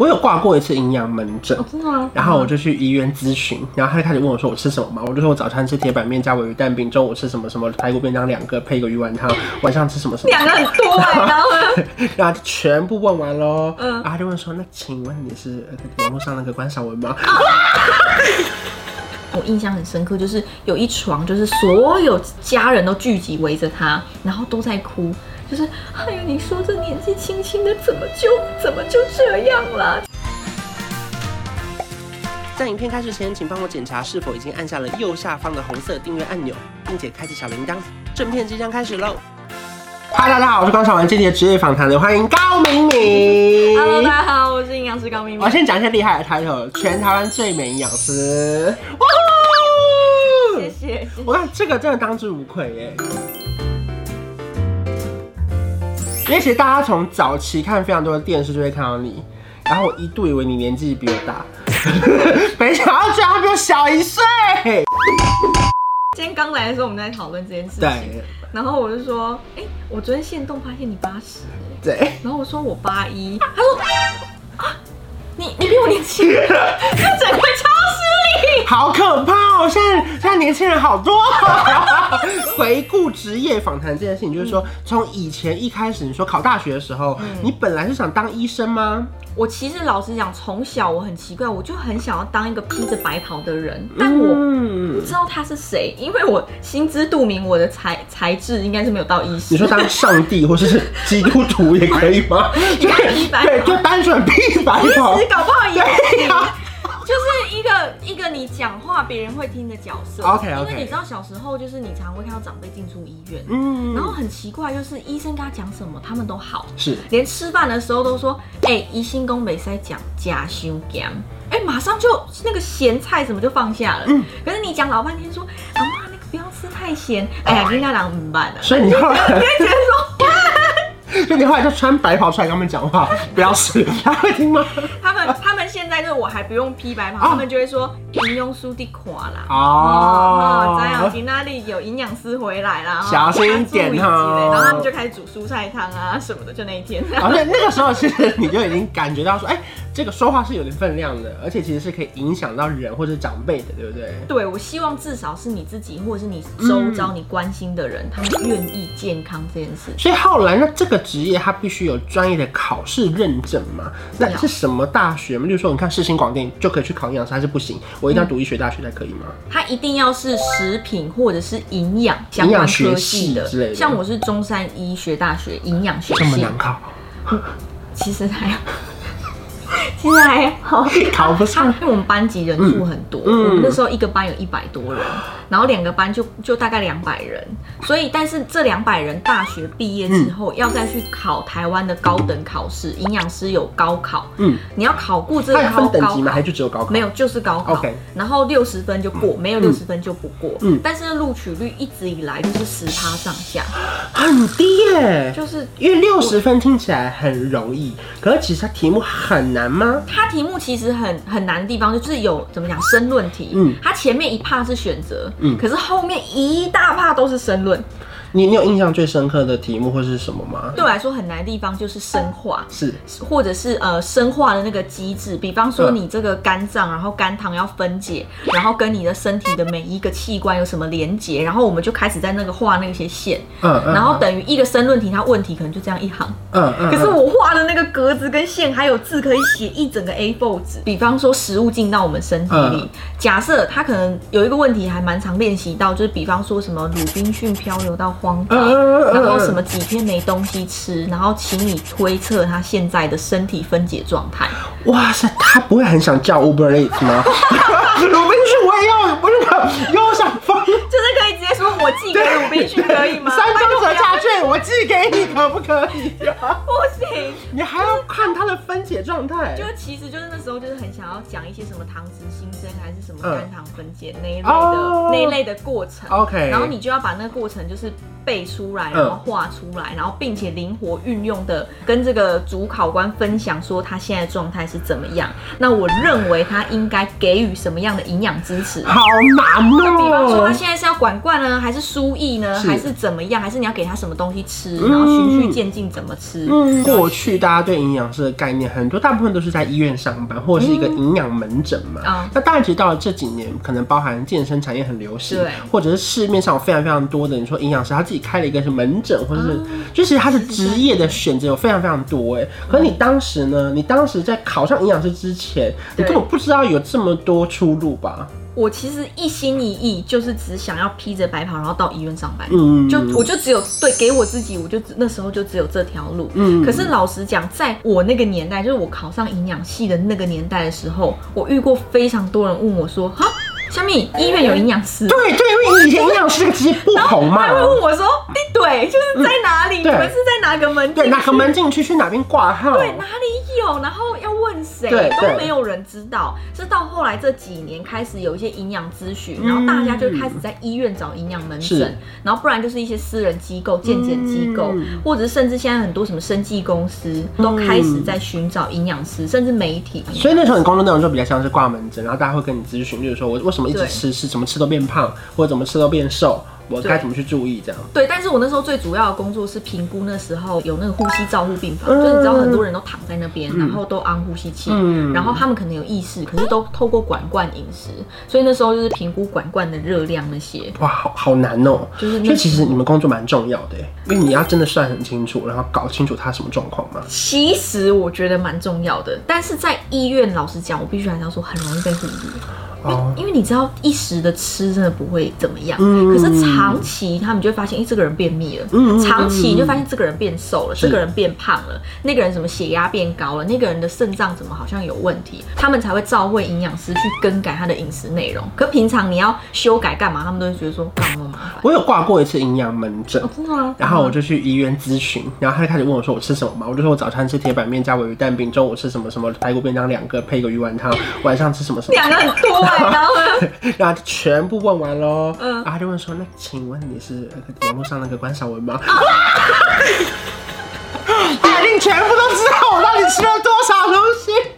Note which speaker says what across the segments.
Speaker 1: 我有挂过一次营养门诊
Speaker 2: 哦，，真的吗？
Speaker 1: 然后我就去医院咨询，然后他就开始问我说我吃什么嘛，我就说我早餐吃铁板面加鲔鱼蛋饼，中午吃什么什么排骨便当两个配一个鱼丸汤，晚上吃什么什么，
Speaker 2: 两个很多哎、然后呢？
Speaker 1: 然后他就全部问完喽，
Speaker 2: 嗯
Speaker 1: 然后他就问说那请问你是呃网络上那个关少文吗？
Speaker 2: 啊我印象很深刻，就是有一床，就是所有家人都聚集围着他，然后都在哭，就是哎呀，你说这年纪轻轻的，怎么就怎么就这样了？
Speaker 1: 在影片开始前，请帮我检查是否已经按下了右下方的红色订阅按钮，并且开启小铃铛。正片即将开始喽！嗨，大家好，我是高少文，今天的职业访谈的欢迎高敏敏。
Speaker 2: Hello，大家好，我是营养师高明
Speaker 1: 我
Speaker 2: 敏。
Speaker 1: 先讲一些厉害的 title，全台湾最美营养师。哇呼
Speaker 2: 谢谢。谢谢
Speaker 1: 我看这个真的当之无愧耶。因为其实大家从早期看非常多的电视就会看到你，然后我一度以为你年纪比我大， 没想到居然比我小一岁。
Speaker 2: 今天刚来的时候，我们在讨论这件事情，
Speaker 1: 对
Speaker 2: 然后我就说，哎、我昨天现动发现你八十，
Speaker 1: 对，
Speaker 2: 然后我说我八一，他说，啊你你比我年轻， 他整个超失礼。
Speaker 1: 好可怕哦！现在现在年轻人好多、 回顾职业访谈这件事情，就是说从以前一开始，你说考大学的时候，
Speaker 2: 嗯
Speaker 1: 你本来是想当医生吗？
Speaker 2: 我其实老实讲，从小我很奇怪，我就很想要当一个披着白袍的人，但我不
Speaker 1: 嗯，
Speaker 2: 知道他是谁，因为我心知肚明，我的才才智应该是没有到医
Speaker 1: 你
Speaker 2: 师。
Speaker 1: 说 当上帝或是基督徒也可以吗？就
Speaker 2: 披白袍
Speaker 1: 对，就单纯披白
Speaker 2: 医
Speaker 1: 袍
Speaker 2: 师。搞不好也
Speaker 1: 哦对
Speaker 2: 行
Speaker 1: 呀。
Speaker 2: 就是一个一个你讲话别人会听的角色
Speaker 1: OK，OK
Speaker 2: 因为你知道小时候就是你常会看到长辈进出医院，然后
Speaker 1: 嗯，
Speaker 2: 很奇怪，就是医生跟他讲什么，他们都好，
Speaker 1: 是
Speaker 2: 连吃饭的时候都说，哎、宜兴宫没塞讲假修姜，哎、马上就那个咸菜怎么就放下了？
Speaker 1: 嗯
Speaker 2: 可是你讲老半天说，阿妈那个不要吃太咸，哎呀，你那两唔办了。
Speaker 1: 所以你后来，
Speaker 2: 就觉得说，
Speaker 1: 所以你后来就穿白袍出来跟他们讲话，不要死，他会听吗？
Speaker 2: 他们他们现在就是我还不用披白袍，
Speaker 1: 啊
Speaker 2: 他们就会说营养书的垮啦。哦，张
Speaker 1: 哦
Speaker 2: 雅，琴那里有营养师回来啦，哦
Speaker 1: 小心一点哦
Speaker 2: 大家注意一点然后他们就开始煮蔬菜汤啊什么的，就那一天。
Speaker 1: 而且那个时候其实你就已经感觉到说，哎、这个说话是有点分量的，而且其实是可以影响到人或者长辈的，对不对？
Speaker 2: 对，我希望至少是你自己，或者是你
Speaker 1: 嗯
Speaker 2: 周遭你关心的人，他们愿意健康这件事。
Speaker 1: 所以后来，那这个职业它必须有专业的考试认证嘛？那是什么大学嘛？例如说，你看世新广电就可以去考营养师，还是不行？我一定要读医学大学才可以吗？
Speaker 2: 它一定要是食品或者是营养相关科系
Speaker 1: 营养学系之类
Speaker 2: 的，
Speaker 1: 的
Speaker 2: 像我是中山医学大学营养学
Speaker 1: 这么
Speaker 2: 系，
Speaker 1: 难考，
Speaker 2: 其实还好。其实还好，
Speaker 1: 考不上
Speaker 2: 他因为我们班级人数很多，
Speaker 1: 嗯
Speaker 2: 我们那时候一个班有一百多人，然后两个班就就大概两百人，所以但是这两百人大学毕业
Speaker 1: 嗯
Speaker 2: 之后、要再去考台湾的高等考试，营养师有高考，
Speaker 1: 嗯，
Speaker 2: 你要考过这
Speaker 1: 它
Speaker 2: 个
Speaker 1: 有
Speaker 2: 高
Speaker 1: 分等
Speaker 2: 高
Speaker 1: 级吗？
Speaker 2: 考
Speaker 1: 还。就只有高考？
Speaker 2: 没有，就是高考
Speaker 1: OK
Speaker 2: 然后六十分就过，没有六十分就不过。
Speaker 1: 嗯
Speaker 2: 但是录取率一直以来就是十趴上下，
Speaker 1: 很低耶。
Speaker 2: 就是
Speaker 1: 因为六十分听起来很容易，可是其实它题目很难吗？
Speaker 2: 它题目其实很很难的地方，就是有怎么讲申论题，
Speaker 1: 嗯
Speaker 2: 它前面一帕是选择，
Speaker 1: 嗯
Speaker 2: 可是后面一大帕都是申论，
Speaker 1: 你你有印象最深刻的题目或是什么吗？
Speaker 2: 对我来说很难的地方就是生化。
Speaker 1: 是
Speaker 2: 或者是呃生化的那个机制，比方说
Speaker 1: 嗯
Speaker 2: 你这个肝脏，然后肝糖要分解，然后跟你的身体的每一个器官有什么连接，然后我们就开始在那个画那些线，
Speaker 1: 嗯嗯
Speaker 2: 然后等于一个申论题，它问题可能就这样一行，
Speaker 1: 嗯嗯，
Speaker 2: 可是我画的那个格子跟线还有字可以写一整个 A4 纸。比方说食物进到我们身体里，
Speaker 1: 嗯
Speaker 2: 假设它可能有一个问题还蛮常练习到，就是比方说什么鲁滨逊漂流到荒岛，
Speaker 1: 嗯嗯嗯嗯
Speaker 2: 然后什么几天没东西吃，然后请你推测他现在的身体分解状 态。
Speaker 1: 哇塞，他不会很想叫 Uber Eats 吗？ 鲁滨逊我也要，不是那个优享风
Speaker 2: 就是可以直接说我寄给鲁滨逊可以吗？
Speaker 1: 三
Speaker 2: 拜
Speaker 1: 中
Speaker 2: 托
Speaker 1: 折价券，我寄给你，可不可以啊？
Speaker 2: 不行。
Speaker 1: 你还要看他的分解状态
Speaker 2: 就。其实就是那时候就是很想要讲一些什么糖脂新生还是什么
Speaker 1: 嗯
Speaker 2: 肝糖分解那一类的、
Speaker 1: 哦
Speaker 2: 那一类的过程。
Speaker 1: OK
Speaker 2: 然后你就要把那个过程就是背出来，
Speaker 1: 嗯
Speaker 2: 然后画出来，然后并且灵活运用的跟这个主考官分享说他现在的状态是怎么样。那我认为他应该给予什么样的营养支持？
Speaker 1: 好难
Speaker 2: 比方说
Speaker 1: 哦、
Speaker 2: 他现在是要管灌呢，还还是输液呢，
Speaker 1: 是
Speaker 2: 还是怎么样？还是你要给他什么东西吃，
Speaker 1: 嗯
Speaker 2: 然后循序渐进怎么吃？
Speaker 1: 嗯，过去大家对营养师的概念，很多大部分都是在医院上班，或者是一个营养门诊嘛。
Speaker 2: 啊
Speaker 1: 那当然，其实到了这几年，可能包含健身产业很流行
Speaker 2: 对，
Speaker 1: 或者是市面上有非常非常多的，你说营养师他自己开了一个是门诊，或者
Speaker 2: 哦
Speaker 1: 是、就其实他的职业的选择有非常非常多哎。可是你当时呢？你当时在考上营养师之前，你
Speaker 2: 对
Speaker 1: 根本不知道有这么多出路吧？
Speaker 2: 我其实一心一意，就是只想要披着白袍，然后到医院上班。
Speaker 1: 嗯，
Speaker 2: 就我就只有对给我自己，我就只那时候就只有这条路。
Speaker 1: 嗯
Speaker 2: 可是老实讲，在我那个年代，就是我考上营养系的那个年代的时候，我遇过非常多人问我说：“哈，小米医院有营养师？”
Speaker 1: 对对，因为以前营养师这个职业不红嘛
Speaker 2: 他。会问我说：“对对，就是在哪里？
Speaker 1: 嗯
Speaker 2: 你
Speaker 1: 对
Speaker 2: 们是在哪个门？
Speaker 1: 对，哪个？门进去去哪边挂号？
Speaker 2: 对，哪里有？然后要问谁
Speaker 1: 对？对
Speaker 2: 都没有人知道。是到后来这几年开始有一些营养咨询，然后大家就开始在医院找营养门
Speaker 1: 嗯是
Speaker 2: 诊，然后不然就是一些私人机构、健检机构
Speaker 1: 嗯，
Speaker 2: 或者是甚至现在很多什么生技公司都开始在寻找营养师，甚至媒体。
Speaker 1: 所以那时候你工作内容就比较像是挂门诊，然后大家会跟你咨询，就是说我为什么一直
Speaker 2: 对
Speaker 1: 吃吃，怎么吃都变胖，或者怎么吃都变瘦，我该怎么去注意这样。
Speaker 2: 对，但是我那时候最主要的工作是评估那时候有那个呼吸照护病房，
Speaker 1: 嗯
Speaker 2: 就是你知道很多人都躺在那边，然后都安呼吸器，
Speaker 1: 嗯
Speaker 2: 然后他们可能有意识，可是都透过管罐饮食，所以那时候就是评估管罐的热量那些。
Speaker 1: 哇，好好难哦、
Speaker 2: 就是那
Speaker 1: 所以其实你们工作蛮重要的耶，因为你要真的算很清楚，然后搞清楚他什么状况嘛。
Speaker 2: 其实我觉得蛮重要的，但是在医院，老实讲，我必须还是要说，很容易被忽略。
Speaker 1: 哦，
Speaker 2: 因为你知道一时的吃真的不会怎么样，
Speaker 1: 嗯
Speaker 2: 可是长期他们就会发现，哎、这个人变密了，
Speaker 1: 嗯嗯嗯
Speaker 2: 长期你就发现这个人变瘦了，
Speaker 1: 是
Speaker 2: 这个人变胖了，那个人什么血压变高了，那个人的肾脏怎么好像有问题，他们才会照会营养师去更改他的饮食内容。可平常你要修改干嘛，他们都会觉得说干嘛那么麻 烦。
Speaker 1: 我有挂过一次营养门诊
Speaker 2: 哦，。真的吗？
Speaker 1: 然后我就去医院咨询，然后他就开始问我说我吃什么嘛，我就说我早餐吃铁板面加鲔鱼蛋饼，中午吃什么什么排骨便当两个配一个鱼丸汤，晚上吃什么什么。
Speaker 2: 两个很多哎、然后 呢？
Speaker 1: 然后就全部问完喽，
Speaker 2: 嗯
Speaker 1: 然后他就问说：“那请问你是呃网络上那个关晓雯吗？”
Speaker 2: 啊
Speaker 1: 他一定全部都知道我到底吃了多少东西，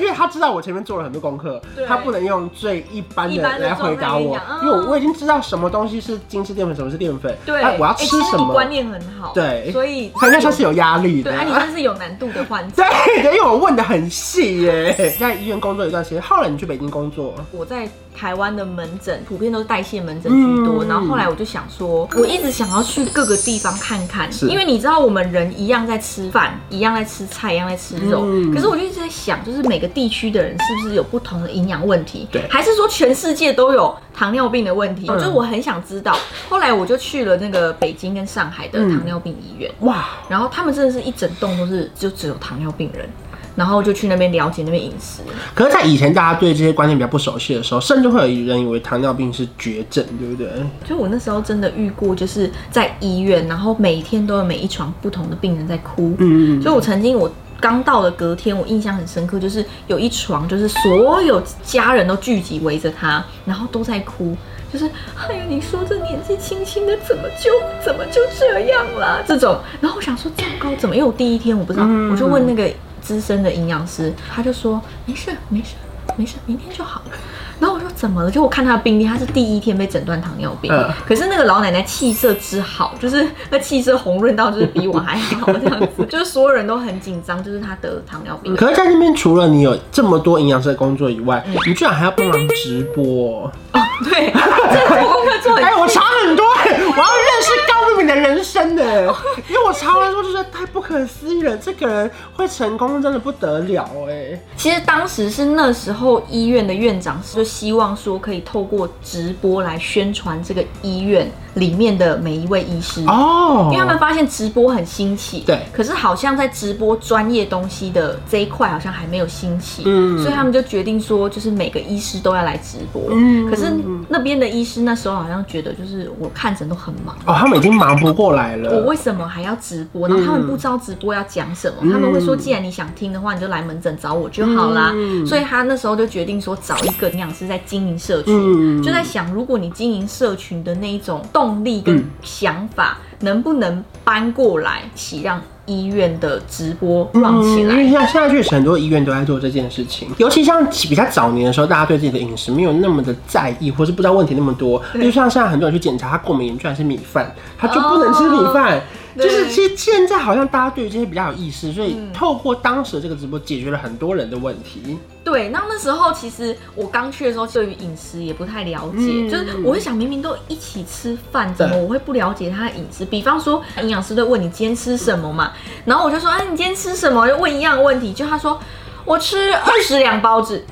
Speaker 1: 因为他知道我前面做了很多功课
Speaker 2: 对，
Speaker 1: 他不能用最一般
Speaker 2: 一
Speaker 1: 的
Speaker 2: 般的
Speaker 1: 来回答我
Speaker 2: 状态跟你讲，嗯
Speaker 1: 因为我我已经知道什么东西是精致淀粉，什么是淀粉，
Speaker 2: 对，
Speaker 1: 啊我要
Speaker 2: 诶
Speaker 1: 吃
Speaker 2: 其实
Speaker 1: 什
Speaker 2: 你
Speaker 1: 么，
Speaker 2: 观念很好，
Speaker 1: 对，
Speaker 2: 所以
Speaker 1: 他应该算是有压力的
Speaker 2: 对，，哎、你算是有难度的患 者。
Speaker 1: 对，因为我问的很细耶，在医院工作一段时间，后来你去北京工作，
Speaker 2: 我在台湾的门诊普遍都是代谢门诊居多，
Speaker 1: 嗯
Speaker 2: 然后后来我就想说，我一直想要去各个地方看看
Speaker 1: 是，
Speaker 2: 因为你知道我们人一样在吃饭，一样在吃菜，一样在吃肉，
Speaker 1: 嗯
Speaker 2: 可是我就一直在想，就是每个地区的人是不是有不同的营养问题？
Speaker 1: 对
Speaker 2: 还是说全世界都有糖尿病的问题？
Speaker 1: 嗯
Speaker 2: 就是我很想知道。后来我就去了那个北京跟上海的
Speaker 1: 嗯
Speaker 2: 糖尿病医院，
Speaker 1: 哇，
Speaker 2: 然后他们真的是一整栋都是就只有糖尿病人，然后就去那边了解那边饮食。
Speaker 1: 可是，在以前大家对这些观念比较不熟悉的时候，甚至会有人以为糖尿病是绝症，对不对？
Speaker 2: 就我那时候真的遇过，就是在医院，然后每天都有每一床不同的病人在哭。
Speaker 1: 嗯，
Speaker 2: 所以我曾经我刚到的隔天，我印象很深刻，就是有一床就是所有家人都聚集围着他，然后都在哭。就是，哎呀，你说这年纪轻轻的，怎么就 怎么就这样啦？这种，然后我想说，糟糕，怎么？因为我第一天我不知道，
Speaker 1: 嗯
Speaker 2: 我就问那个资深的营养师，他就说没事，没事，没事，明天就好了。然后我说怎么了？就我看他的病历，他是第一天被诊断糖尿病，
Speaker 1: 嗯
Speaker 2: 可是那个老奶奶气色之好，就是那气色红润到就是比我还好这样子，就是所有人都很紧张，就是她得糖尿病。
Speaker 1: 可是，在那边除了你有这么多营养师的工作以外，
Speaker 2: 嗯
Speaker 1: 你居然还要帮忙直播。
Speaker 2: 哦， 对，这做功课做很
Speaker 1: 哎、我查很多、我要认识高敏敏的人生呢、因为我查完之后就觉得太不可思议了，这个人会成功真的不得了哎、
Speaker 2: 其实当时是那时候医院的院长就希望说可以透过直播来宣传这个医院里面的每一位医师。
Speaker 1: 哦，
Speaker 2: 嗯因为他们发现直播很新奇，
Speaker 1: 对
Speaker 2: 可是好像在直播专业东西的这一块好像还没有兴起，
Speaker 1: 嗯
Speaker 2: 所以他们就决定说，就是每个医师都要来直播，
Speaker 1: 嗯
Speaker 2: 可是那边的医师那时候好像觉得，就是我看诊都很忙。
Speaker 1: 哦，他们已经忙不过来了。
Speaker 2: 我为什么还要直播？然后他们不知道直播要讲什
Speaker 1: 嗯
Speaker 2: 么，他们会说，既然你想听的话，你就来门诊找我就好啦。
Speaker 1: 嗯
Speaker 2: 所以他那时候就决定说，找一个营养师在经营社群，
Speaker 1: 嗯
Speaker 2: 就在想，如果你经营社
Speaker 1: 嗯
Speaker 2: 群的那一种动力跟想法，能不能搬过来，一起让医院的直播
Speaker 1: 嗯
Speaker 2: run 起
Speaker 1: 因
Speaker 2: 来。
Speaker 1: 为像现在确实很多医院都在做这件事情，尤其像比较早年的时候，大家对自己的饮食没有那么的在意，或是不知道问题那么多。
Speaker 2: 对
Speaker 1: 就像现在很多人去检查，他过敏原居然是米饭，他就不能吃米饭。
Speaker 2: 哦对嗯
Speaker 1: 就是其实现在好像大家对于这些比较有意识，所以透过当时的这个直播解决了很多人的问题。
Speaker 2: 对，那那时候其实我刚去的时候，对于饮食也不太了解，
Speaker 1: 嗯
Speaker 2: 就是我会想，明明都一起吃饭，怎么
Speaker 1: 对
Speaker 2: 我会不了解他的饮食？比方说，营养师都会问你今天吃什么嘛，然后我就说，啊，你今天吃什么？就问一样的问题，就他说我吃二十两包子，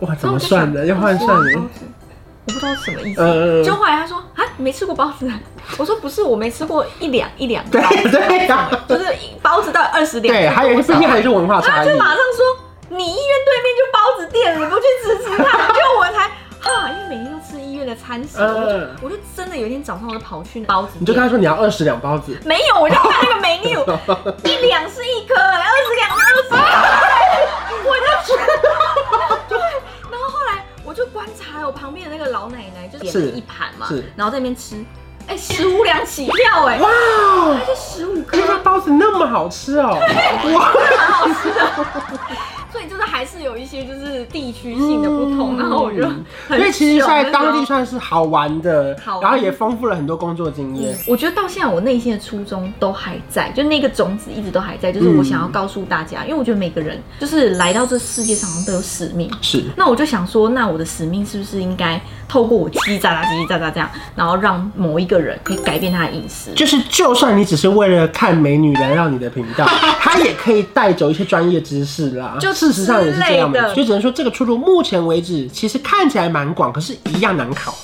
Speaker 1: 哇，怎么算的？要换算
Speaker 2: 20两
Speaker 1: 的
Speaker 2: 包。子我不知道是什么意思。
Speaker 1: 呃，
Speaker 2: 就后来他说啊，你没吃过包子啊？ 我说不是，我没吃过一两一两包，
Speaker 1: 对对 呀
Speaker 2: 就是一包子到二十两，
Speaker 1: 对，还有一个毕竟还是文化
Speaker 2: 他
Speaker 1: 差异
Speaker 2: 就。啊马上说：“你医院对面就包子店，你不去吃吃 看？”结果我才啊，因为每天都吃医院的餐食，我就
Speaker 1: 嗯
Speaker 2: 我就真的有一天早上我就跑去包子
Speaker 1: 你就跟
Speaker 2: 店。
Speaker 1: 他说你要二十两包子，
Speaker 2: 没有，我就看那个 menu，一两是一颗，二十两是二十两，我就觉得，对。然后后来我就观察我旁边的那个老奶奶，就点了
Speaker 1: 是
Speaker 2: 一盘嘛
Speaker 1: 是，
Speaker 2: 然后在那边吃，哎，十五两起跳，哎，
Speaker 1: 哇！
Speaker 2: 它就十五
Speaker 1: 可
Speaker 2: 颗
Speaker 1: 是，它包子那么好吃 哦，哇！
Speaker 2: 蛮好吃的。所以就是还是有一些就是地区性的不同，
Speaker 1: 嗯
Speaker 2: 然后我就很
Speaker 1: 所以其实，在
Speaker 2: 糗
Speaker 1: 当地。算是好玩的，
Speaker 2: 好玩
Speaker 1: 然后也丰富了很多工作经
Speaker 2: 那时候
Speaker 1: 验
Speaker 2: 嗯。我觉得到现在我内心的初衷都还在，就那个种子一直都还在，就是
Speaker 1: 嗯
Speaker 2: 我想要告诉大家，因为我觉得每个人就是来到这世界上好像都有使命。
Speaker 1: 是，
Speaker 2: 那我就想说，那我的使命是不是应该透过我叽叽喳喳、叽叽喳喳这样，然后让某一个人可以改变他的饮食？
Speaker 1: 就是就算你只是为了看美女来到你的频 道，它也可以带走一些专业知识啦。
Speaker 2: 就
Speaker 1: 事实上也是这样
Speaker 2: 之类
Speaker 1: 的，
Speaker 2: 的
Speaker 1: 就只能说这个出路目前为止其实看起来蛮广，可是一样难考。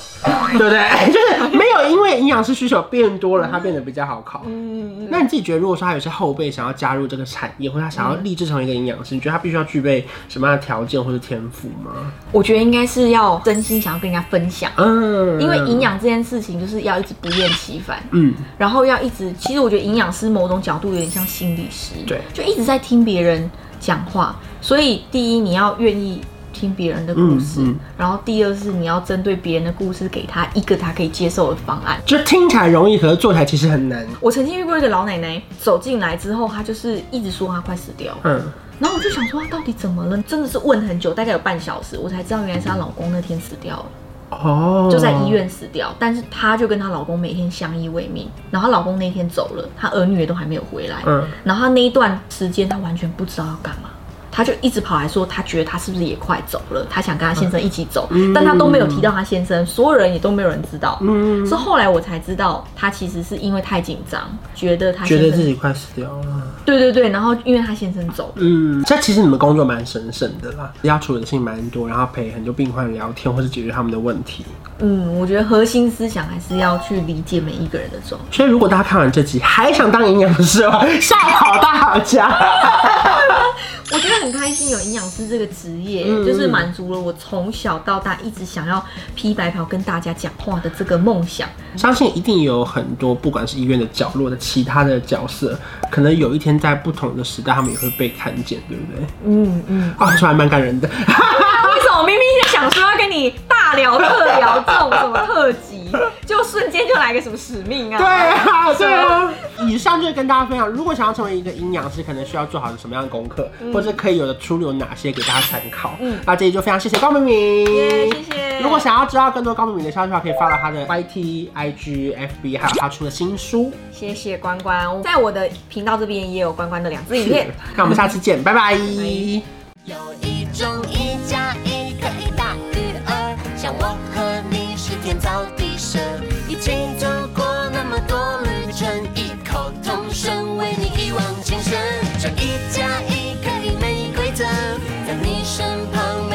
Speaker 1: 对不对？ 就是没有因为营养师需求变多了，它变得比较好考。
Speaker 2: 嗯，
Speaker 1: 那你自己觉得，如果说他有些后辈想要加入这个产业，或者他想要立志成为一个营养师，你觉得他必须要具备什么样的条件或者天赋吗？
Speaker 2: 我觉得应该是要真心想要跟人家分享，
Speaker 1: 嗯，
Speaker 2: 因为营，养这件事情就是要一直不厌其烦。
Speaker 1: 嗯，
Speaker 2: 然后要一直，其实我觉得营养师某种角度有点像心理师，
Speaker 1: 对
Speaker 2: 就一直在听别人讲话。所以第一，你要愿意听别人的故事，
Speaker 1: 嗯嗯
Speaker 2: 然后第二是你要针对别人的故事给他一个他可以接受的方案。
Speaker 1: 就听起来容易，可是做起来其实很难。
Speaker 2: 我曾经遇过一个老奶奶走进来之后，她就是一直说她快死掉了，
Speaker 1: 嗯，
Speaker 2: 然后我就想说她到底怎么了？真的是问很久，大概有半小时，我才知道原来是她老公那天死掉了。
Speaker 1: 哦，
Speaker 2: 就在医，院死掉，但是她就跟她老公每天相依为命，然后她老公那天走了，她儿女也都还没有回来，
Speaker 1: 嗯，
Speaker 2: 然后她那一段时间她完全不知道要干嘛，她就一直跑来说，她觉得她是不是也快走了，她想跟她先生一起走，
Speaker 1: 嗯
Speaker 2: 但她都没有提到她先生，所有人也都没有人知道，
Speaker 1: 嗯，
Speaker 2: 是后来我才知道，她其实是因为太紧张，觉得她
Speaker 1: 觉
Speaker 2: 先
Speaker 1: 得
Speaker 2: 生
Speaker 1: 自己快死掉了。
Speaker 2: 对对对，然后因为她先生走了。
Speaker 1: 嗯，这其实你们工作蛮神圣的啦，要处理的事情蛮多，然后陪很多病患聊天或是解决他们的问题。
Speaker 2: 嗯，我觉得核心思想还是要去理解每一个人的状态。
Speaker 1: 所以如果大家看完这集还想当营养师的话， 吓跑大家。
Speaker 2: 我觉得很开心有营养师这个职业，
Speaker 1: 嗯
Speaker 2: 就是满足了我从小到大一直想要披白袍跟大家讲话的这个梦想。
Speaker 1: 相信一定有很多，不管是医院的角落的其他的角色，可能有一天在不同的时代，他们也会被看见，对不对？
Speaker 2: 嗯嗯，
Speaker 1: 啊、说还蛮感人 的。
Speaker 2: 啊为什么明明就想说要跟你大聊特聊这种什么特辑，就瞬间就来个什么使命啊？
Speaker 1: 对啊，对啊。以上就是跟大家分享，如果想要成为一个营养师，可能需要做好什么样的功课，或者可以有的出路有哪些，给大家参考。嗯
Speaker 2: 嗯，
Speaker 1: 那这里就非常谢谢高敏敏，
Speaker 2: 耶谢谢
Speaker 1: 如果想要知道更多高敏敏的消息的话，可以 follow 她的 YT、IG、FB，还有她出的新书。
Speaker 2: 谢谢关关，在我的频道这边也有关关的两支影片。
Speaker 1: 那我们下次见，拜拜。
Speaker 3: 有一种一加一可以大于二，像我和你是天造地设，一起走过那么多旅程，异口同声为你一往情深。这一加一可以没规则，在你身旁每